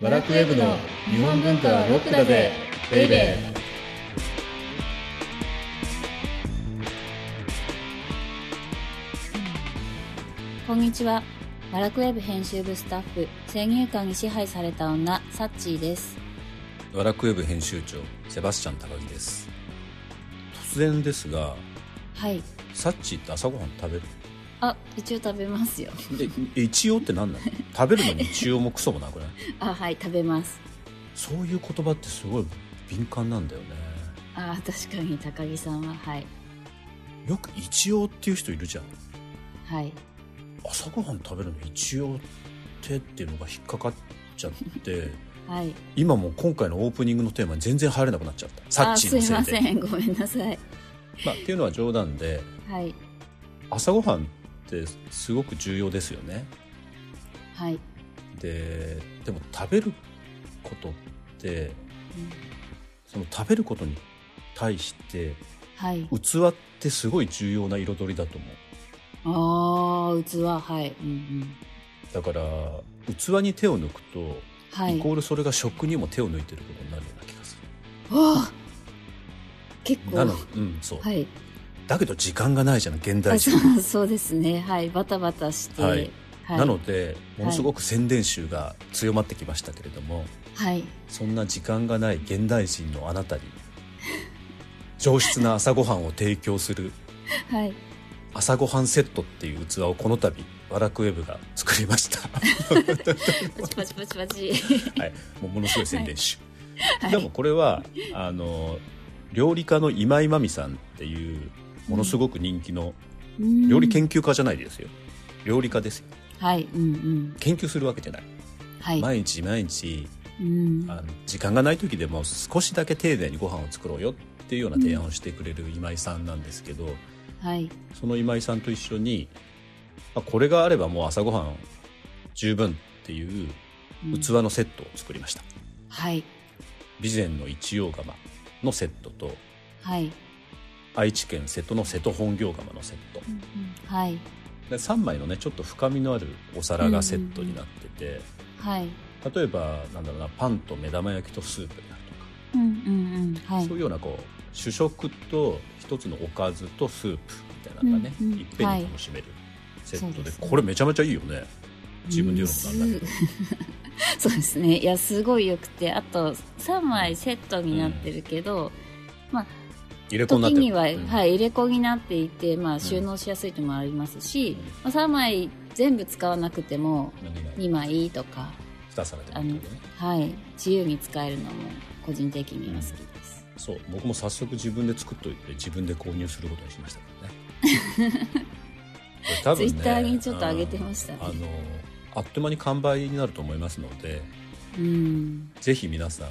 ワラクウェブの日本文化はロックだぜベイベーこんにちは。ワラクウェブ編集部スタッフ、先入観に支配された女、サッチーです。ワラクウェブ編集長セバスチャン高木です突然ですがはい。サッチーって朝ごはん食べるあ、一応食べますよ。え一応って何なの食べるのに一応もクソもなくないあ、はい、食べます。そういう言葉ってすごい敏感なんだよねあ、確かに高木さんは、はい。よく一応っていう人いるじゃんはい。朝ごはん食べるの一応ってっていうのが引っかかっちゃってはい。今もう今回のオープニングのテーマに全然入れなくなっちゃったサッあ、チすーのいませいせでん。ごめんなさい。まあ、っていうのは冗談ではい。朝ごはんってすごく重要ですよねはい。ででも食べることってその食べることに対してはい。器ってすごい重要な彩りだと思うあー、器、はい。うんうん。だから器に手を抜くと、はイい。コールそれが食にも手を抜いてることになるような気がすあ結る構。なのうんそう、はい。だけど時間がないじゃん現あ代人、そうそうですね。はい。バタバタして。はいはいなのでものすごく宣伝集が強まってきましたけれども、はい。そんな時間がない現代人のあなたに上質な朝ごはんを提供するはい。朝ごはんセットっていう器をこの度ワラクウェブが作りました、 パチパチパチパチ。はい、もうものすごい宣伝集、はいでもこれはあの料理家の今井真美さんっていうものすごく人気の料理研究家じゃないですよ、料理家ですよはい、うんうん。研究するわけじゃない、はい。毎日毎日うん。あの時間がない時でも少しだけ丁寧にご飯を作ろうよっていうような提案をしてくれる今井さんなんですけど、はい。その今井さんと一緒に、あ、これがあればもう朝ごはん十分っていううん器のセットを作りました。はい。備前の一葉釜のセットと、はい。愛知県瀬戸の瀬戸本行釜のセット。はい。で3枚のね、ちょっと深みのあるお皿がセットになってて、はい。例えば、なんだろうな、パンと目玉焼きとスープになるとか、うんうんうん。はいそう。いうようなこう、主食と一つのおかずとスープみたいなのがね、うんうんいっぺんに楽しめるセットはいで、そうですねこれめちゃめちゃいいよね。自分で言うのもなんだけど。 そうですね。いや、すごい良くて、あと、3枚セットになってるけど、入れ子になっ時てるには、うんはい、入れ子になっていて、まあ、収納しやすいともありますしうん、まあ、3枚全部使わなくても、何が2枚とか、 2皿でもあいいのけどね、はい、自由に使えるのも、個人的には好きです。そう僕も早速自分で作っといて自分で購入することにしましたからね これ多分ね Twitter にちょっと上げてましたねうんあのあっという間に完売になると思いますのでうん。ぜひ皆さん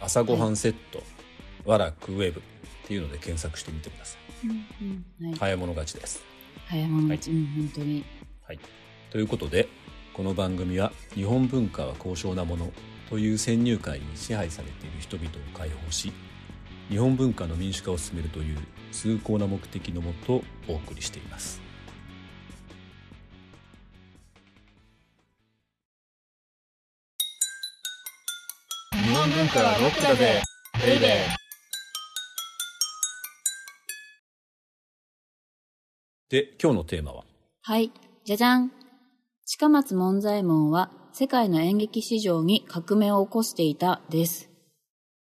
朝ごはんセット、わらくウェブっていうので検索してみてくださいうんうんはい。早物勝ちです早物勝ち、うん、本当に。はい、ということでこの番組は「日本文化は高尚なもの」という先入観に支配されている人々を解放し日本文化の民主化を進めるという崇高な目的のもとお送りしています。日本文化はロックだぜベイベーで今日のテーマははい、じゃじゃん。近松門左衛門は世界の演劇市場に革命を起こしていたです。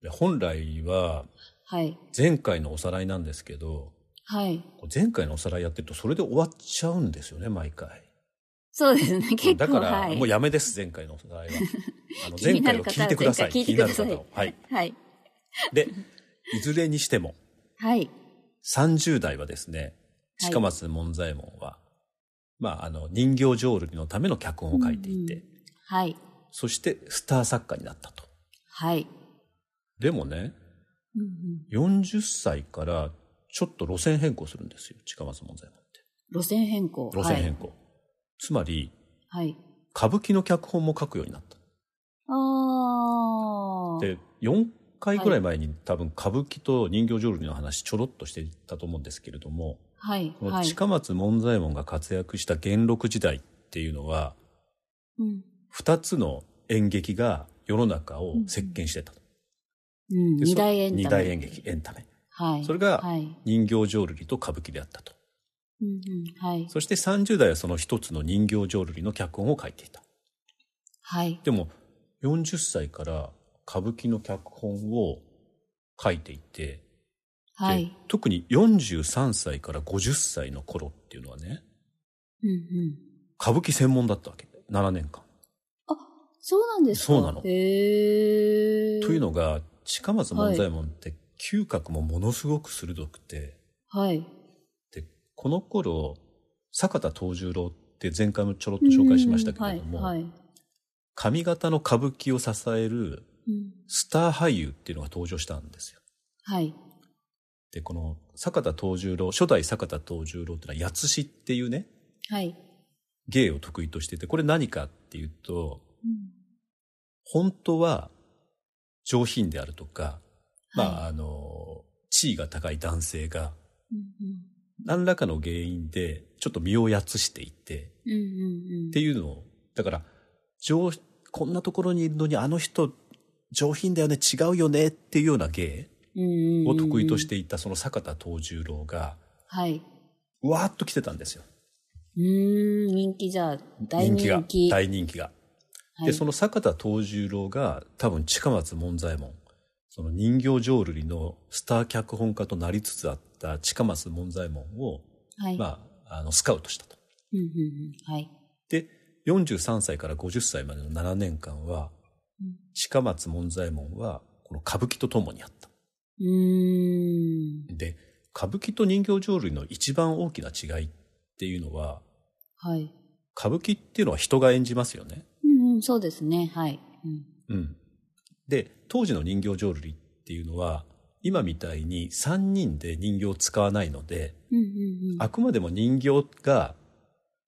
本来ははい。前回のおさらいなんですけどはい。前回のおさらいやってるとそれで終わっちゃうんですよね毎回。そうですね、結構。だから、はい、もうやめです前回のおさらいは。あの 気前にな回るを方は聞いてください。前回聞いてください気になる方をはい。はい。でいずれにしてもはい。 30代はですねはい近松門左衛門は、まあ、あの人形浄瑠璃のための脚本を書いていて、はい。そしてスター作家になったとはい。でもねうんうん40歳からちょっと路線変更するんですよ近松門左衛門路っ線変更。て路線変更、つまりはい。はい。歌舞伎の脚本も書くようになったあー。で4回ぐらい前に、多分歌舞伎と人形浄瑠璃の話ちょろっとしていたと思うんですけれどもはい。このはい。近松門左衛門が活躍した元禄時代っていうのは、うん二つの演劇が世の中を席巻してたと。うん、で二大演そタのメ二大演劇、エンタメ。はい。それがはい。人形浄瑠璃と歌舞伎であったと。うんうん、はい。そして30代はその一つの人形浄瑠璃の脚本を書いていた。はい。でも40歳から歌舞伎の脚本を書いていて、はでい。特に43歳から50歳の頃っていうのはね、うんうん。歌舞伎専門だったわけ。7年間。そうなんですかそうなのへえ。というのが、近松門左衛門って嗅覚もものすごく鋭くて、はい。で、この頃、坂田藤十郎って前回もちょろっと紹介しましたけれども、うんはい。はい上方の歌舞伎を支えるうんスター俳優っていうのが登場したんですよ。はい。で、この坂田藤十郎、初代坂田藤十郎っていうのは、八つっていうね、はい。芸を得意としてて、これ何かっていうと、うん本当は上品であるとか、まあ、はいあの、地位が高い男性が、うん何らかの原因で、ちょっと身をやつしていて、うんうんうんうんっていうのを、だから、上、こんなところにいるのにあの人、上品だよね、違うよねっていうような芸うんうん。を得意としてていたその坂田藤十郎が、はい。わーっと来てたんですよ。うーん、人気じゃあ、大人気。が。大人気が。はいで、その坂田藤十郎が多分近松門左衛門、その人形浄瑠璃のスター脚本家となりつつあった近松門左衛門を、はい。まあ、あの、スカウトしたと。うんうんうんはい。で、43歳から50歳までの7年間はうん、近松門左衛門は、この歌舞伎と共にあった。うーん。で、歌舞伎と人形浄瑠璃の一番大きな違いっていうのは、はい。歌舞伎っていうのは人が演じますよね。うんうん、そうですね。はい。うんうん、で当時の人形浄瑠璃っていうのは今みたいに3人で人形を使わないので、うんうんうん。あくまでも人形が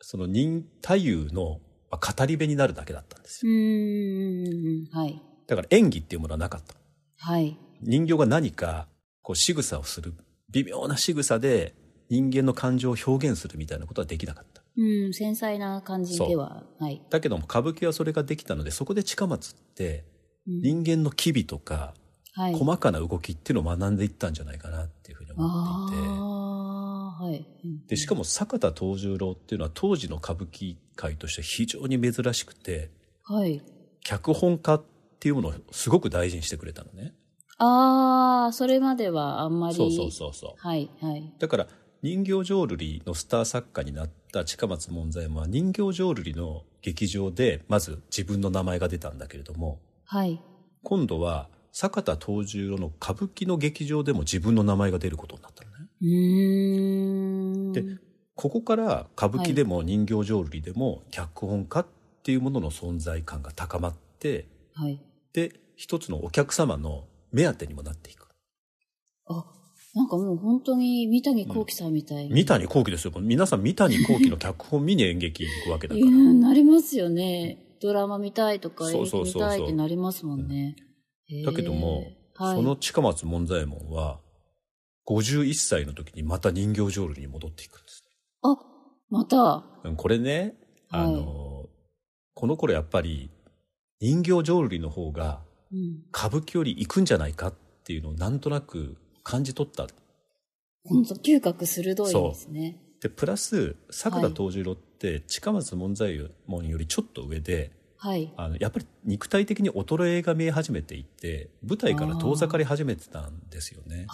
その人太夫のまあ語り部になるだけだったんですうよんうんうんうん。はい。だから演技っていうものはなかったはい。人形が何かこう仕草をする微妙な仕草で人間の感情を表現するみたいなことはできなかったうん、繊細な感じでは、はい。だけども歌舞伎はそれができたのでそこで近松ってうん人間の機微とかはい。細かな動きっていうのを学んでいったんじゃないかなっていうふうに思っていてああ、はい。うんでしかも坂田藤十郎っていうのは当時の歌舞伎界として非常に珍しくてはい。脚本家っていうものをすごく大事にしてくれたのねああ、それまではあんまり。そうそうそうそうはい、はい。だから人形浄瑠璃のスター作家になった近松門左衛門は人形浄瑠璃の劇場でまず自分の名前が出たんだけれどもはい。今度は坂田藤十郎の歌舞伎の劇場でも自分の名前が出ることになったのねうーん。でここから歌舞伎でも人形浄瑠璃でも脚本家っていうものの存在感が高まってはい。で一つのお客様の目当てにもなっていくあ、なんかもう本当に三谷幸喜さんみたいに。三谷幸喜ですよ皆さん三谷幸喜の脚本見に演劇行くわけだうかん、らなりますよね。ドラマ見たいとか、そ映うそ画うそう見そうたいってなりますもんね。へーだけども、はい、その近松門左衛門は51歳の時にまた人形浄瑠璃に戻っていくんですあ、また。うんこれねあの、この頃やっぱり人形浄瑠璃の方がうん。歌舞伎より行くんじゃないかっていうのをなんとなく感じ取った本当嗅覚鋭いですね。でプラス坂田藤十郎って近松門左衛門よりちょっと上で、はい。あのやっぱり肉体的に衰えが見え始めていて舞台から遠ざかり始めてたんですよね。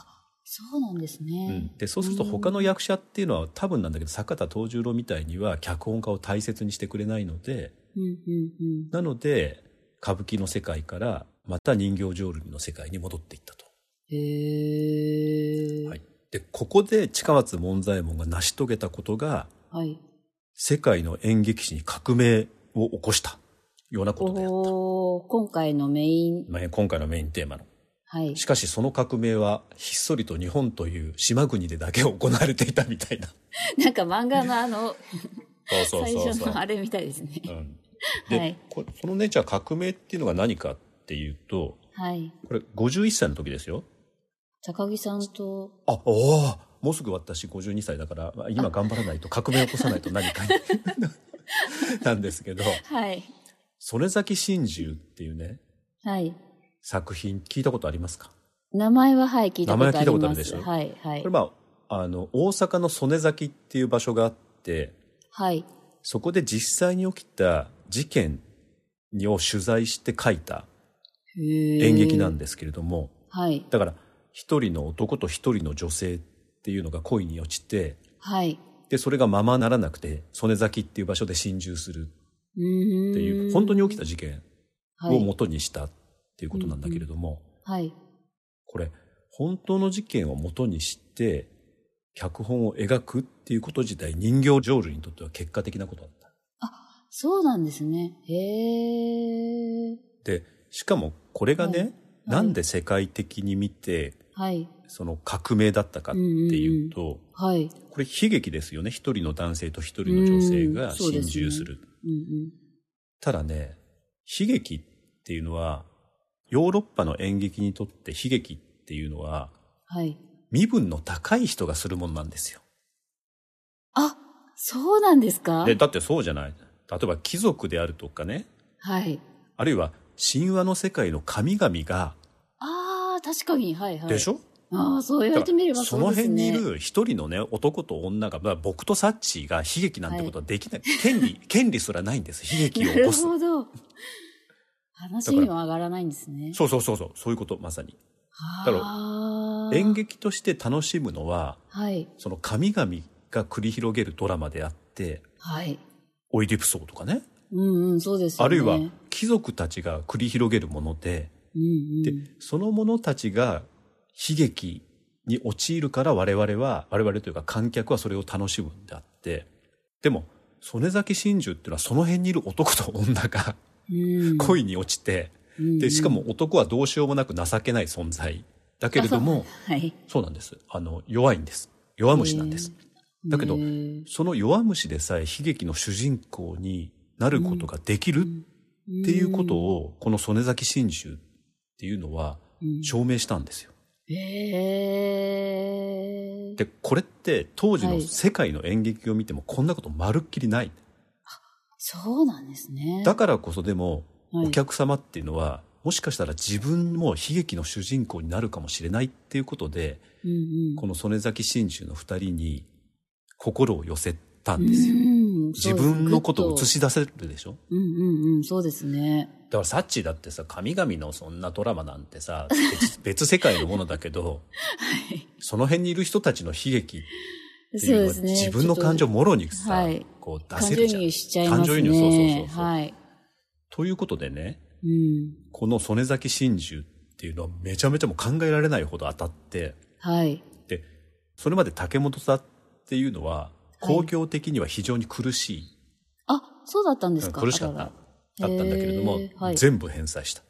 そうなんですうねん、。でそうすると他の役者っていうのは多分なんだけど坂田藤十郎みたいには脚本家を大切にしてくれないのでうん、うん、うん。なので歌舞伎の世界からまた人形浄瑠璃の世界に戻っていったと。へえ。はい、でここで近松門左衛門が成し遂げたことがはい。世界の演劇史に革命を起こしたようなことであった、おー今回のメイン、まあ、今回のメインテーマのはい。しかしその革命はひっそりと日本という島国でだけ行われていたみたいな なんか漫画のあ の、そうそう最そう初そうのあれみたいですね。うんで、はいこそのねじゃあ革命っていうのが何かっていうとはい。これ51歳の時ですよ高木さんと、あおーもうすぐ私52歳だからまあ今頑張らないと革命を起こさないと何かに なんですけどはい。曽根崎真珠っていうねはい。作品聞いたことありますか名前ははい、聞いたことあります。名前は聞いたことあるでしょはい、はこいれ。まああの大阪の曽根崎っていう場所があってはい。そこで実際に起きた事件を取材して書いた演演劇なで。んですけれども、はい。だから一人の男と一人の女性っていうのが恋に落ちてはい。でそれがままならなくて曽根崎っていう場所で心中するうーん。っていう本当に起きた事件はをい。元にしたっていうことなんだけれども、はい。これ本当の事件を元にして脚本を描くっていうこと自体人形浄瑠璃にとっては結果的なことだった。そうなんですね。へえ。でしかもこれがね、はいはいなんで世界的に見てはい。その革命だったかっていうと、はい。これ悲劇ですよね一人の男性と一人の女性がうんそうで心すね中する。うんうん。ただね悲劇っていうのはヨーロッパの演劇にとって悲劇っていうのははい。身分の高い人がするものなんですよ。あ、そうなんですかでだってそうじゃない例えば貴族であるとかねはい。あるいは神話の世界の神々が、ああ、確かに。はいはい。でしょああ、そう言わだれかてみれらばそそのうです辺にね。いる一人のね男と女が、まあ、僕とサッチーが悲劇なんてことはでき ない、権利権利すらないんです悲劇をな起るこすほど。話には上がらないんですね。そうそうそうそうそういうことまさにあだからあー演劇として楽しむのははい。その神々が繰り広げるドラマであってはい。オイディプソーとかねうんうん、そうですよね。あるいは貴族たちが繰り広げるものでうんうん、でその者たちが悲劇に陥るから我々は我々というか観客はそれを楽しむんであってでも曽根崎真珠っていうのはその辺にいる男と女がうん恋に落ちて、うんうんでしかも男はどうしようもなく情けない存在だけれどもはい。そうなんですあの弱いんです弱虫なんです、だけへどーその弱虫でさえ悲劇の主人公になることができるっていうことをこの曽根崎真珠っていうのはうん証明したんですよ。へえ。でこれって当時はのい世界の演劇を見てもこんなことまるっきりない、そうなんですね。だからこそでもはいお客様っていうのは、もしかしたら自分も悲劇の主人公になるかもしれないっていうことでうんうん、この曽根崎真珠の2人に心を寄せたんうんですよ、うん自分のことそを映。うですし出せるでしょぐっうんうんうん、そうですね。だからサッチーだってさ神々のそんなドラマなんてさ 別別世界のものだけど、その辺にいる人たちの悲劇ってそいううのではすね。自分の感情をもろにさ、はいこう出感せ情る移じゃん入しちゃいますね。感情移入そうそうそうそう、はい。ということでねうん。この曽根崎真珠っていうのはめちゃめちゃもう考えられないほど当たってはい。でそれまで竹本さんっていうのははい工業的には非常に苦しい、あ、そうだったんですか苦しかったあらだっらたんだけれどもへ、ーはい全部返済した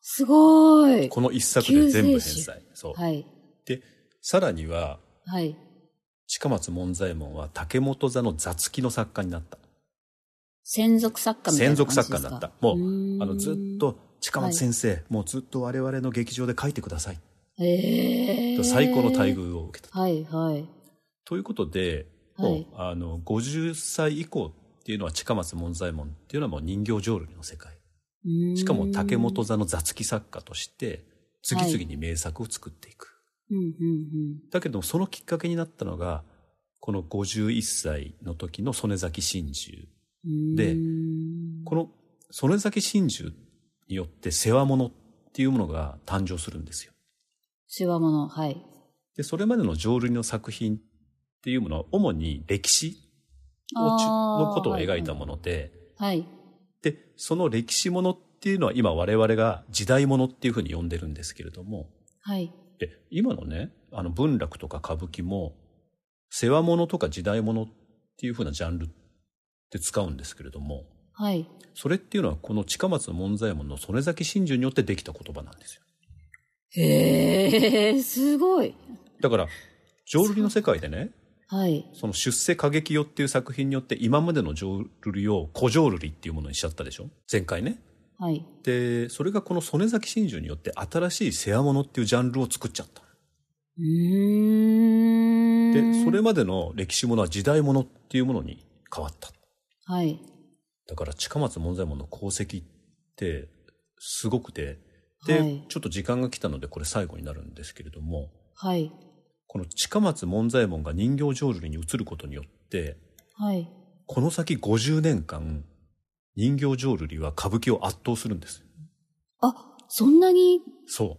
すごーい。この一作で全部返救世済そう、はい。でさらにははい。近松門左衛門は竹本座の座付きの作家になった専属作家みたい専な属感じですか。作家になったもうーんあのずっ。と近松先生、もうずっと我々の劇場で書いてください、ええ最高の待。遇を受けたはいはい。ということで、はいもうあの50歳以降っていうのは近松門左衛門っていうのはもう人形浄瑠璃の世界うーんしかも竹本座の座付き作家として次々に名作を作っていく、うんうんうん。だけどもそのきっかけになったのがこの51歳の時の曽根崎真珠うーんでこの曽根崎真珠によって世話物っていうものが誕生するんですよ世話物、はい。でそれまでの浄瑠璃の作品っていうものは主に歴史をちゅあーのことを描いたもので、はい。でその歴史ものっていうのは今我々が時代ものっていうふうに呼んでるんですけれどもはい。で今のねあの文楽とか歌舞伎も世話物とか時代物っていうふうなジャンルって使うんですけれどもはい。それっていうのはこの近松門左衛門の曽根崎真珠によってできた言葉なんですよへえ、すごい。だから浄瑠璃の世界でねはい。その出世歌劇よっていう作品によって今までの浄瑠璃を古浄瑠璃っていうものにしちゃったでしょ前回ねはい。でそれがこの曽根崎真珠によって新しい世話物っていうジャンルを作っちゃったうーん。でそれまでの歴史ものは時代ものっていうものに変わったはい。だから近松門左衛門の功績ってすごくて、で、はいちょっと時間が来たのでこれ最後になるんですけれども、はい。この近松門左衛門が人形浄瑠璃に移ることによって、はい。この先50年間、人形浄瑠璃は歌舞伎を圧倒するんです。あ、そんなに、そう。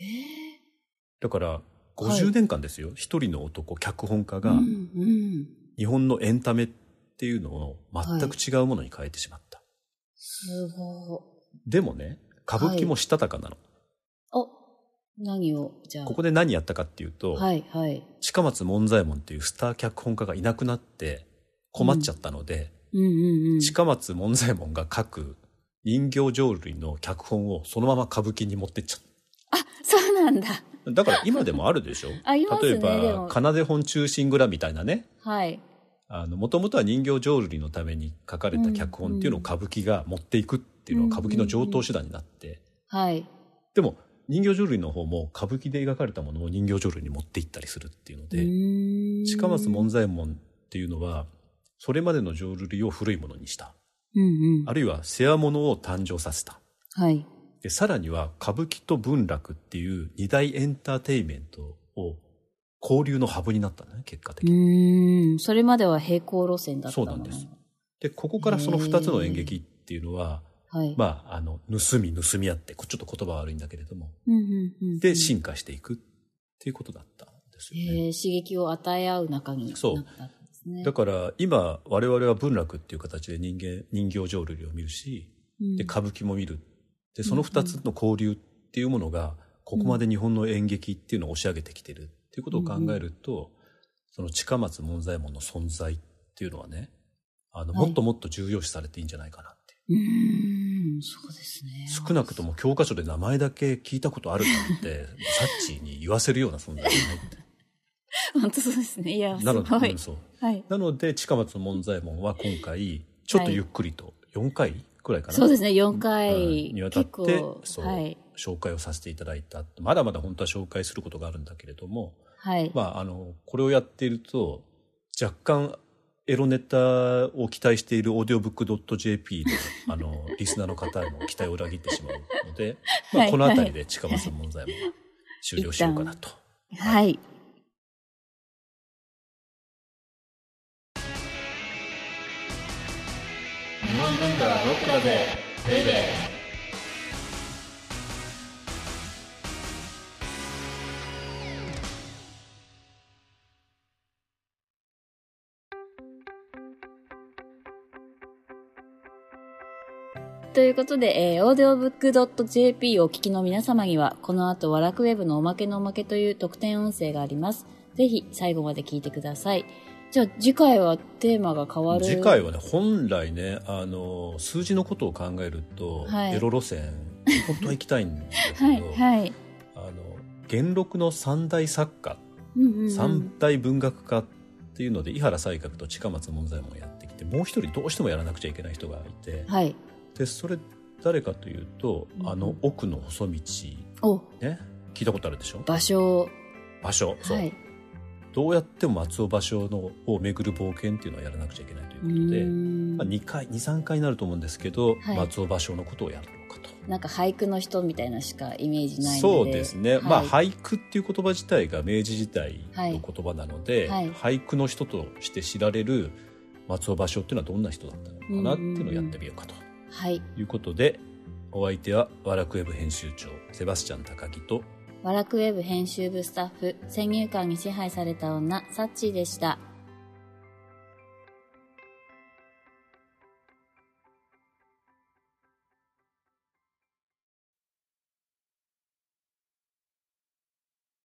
ええだから、は50い年間ですよ。一、人の男、脚本家うが、ん、うん。日本のエンタメっていうのを全く違うものに変えてしまった。すごでもね、歌舞伎もしたたかなの。い。お、何を、じゃあ。ここで何やったかっていうと、はい、はい。近松門左衛門っていうスター脚本家がいなくなって困っちゃったので、うん、うん、うん。近松門左衛門が書く人形浄瑠璃の脚本をそのまま歌舞伎に持ってっちゃっそうなんだ。た。だから今でもあるでしょ ありますね例えでば、も奏で本中心蔵みたいなね、はい。あの、もともとは人形浄瑠璃のために書かれた脚本っていうのを歌舞伎が持っていくっていうのは歌舞伎の上等手段になって、はい。でも人形浄瑠璃の方も歌舞伎で描かれたものを人形浄瑠璃に持っていったりするっていうので、で近松門左衛門っていうのはそれまでの浄瑠璃を古いものにしたうんうん。あるいは世話物を誕生させたはい。でさらには歌舞伎と文楽っていう二大エンターテインメントを交流のハブになったんだね結果的うーに、ん。それまでは平行路線だったそうのなんですでここからその2つの演劇っていうのははい。まああの盗み盗み合ってこちょっと言葉悪いんだけれどもうんうんうんうんで進化していくっていうことだったんですえよね、ー刺激を与え合う中になったそうんですね。だから今我々は文楽っていう形で人間人形浄瑠璃を見るしうんで歌舞伎も見るでその2つの交流っていうものがここまで日本の演劇っていうのを押し上げてきてるっていうことを考えるとその近松門左衛門の存在っていうのはねあのはいもっともっと重要視されていいんじゃないかなって、うーん、そうですね。少なくとも教科書で名前だけ聞いたことあるな んてサッチーに言わせるような存在じゃないって本当そうですね。いや、すなのごういん。そうはい。なので近松門左衛門は今回ちょっとゆっくりと4回くらいかな、そうですね、4う回ん、にわたっ結て構、そう、はい。紹介をさせていただいたまだまだ本当は紹介することがあるんだけれども、はい。まあ、あのこれをやっていると若干エロネタを期待しているオーディオブックドット JP のあのリスナーの方への期待を裏切ってしまうので、まはあ、いこの辺りで近松門左衛門は終了しようかなと。はい。日本文化はロックだぜベイベーということで、えー、オーディオブックドット JP をお聞きの皆様には、この後、ワラクウェブのおまけのおまけという特典音声があります。ぜひ、最後まで聞いてください。じゃあ、次回はテーマが変わる。次回はね本来ねあの数字のことを考えると、はいエロ路線本当は行きたいんだけど、 はい、はい。あの元禄の三大作家、うんうんうん三大文学家っていうので井原西鶴と近松門左衛門をやってきてもう一人どうしてもやらなくちゃいけない人がいてはい。でそれ誰かというとうんあの奥の細道お、ね聞いたことあるでしょ場所、場所そう、はい。どうやっても松尾芭蕉のを巡る冒険っていうのをやらなくちゃいけないといううことで。ーんまあ、2回23回になると思うんですけど、はい松尾芭蕉のことをやるのかと。なんか俳句の人みたいなしかイメージないので。そうですね、まあはい。俳句っていう言葉自体が明治時代の言葉なので、はい俳句の人として知られる松尾芭蕉っていうのはどんな人だったのかなっていうのをやってみようかとはい。いうことで、お相手はワラクウェブ編集長セバスチャン高木とワラクウェブ編集部スタッフ、先入観に支配された女、サッチーでした。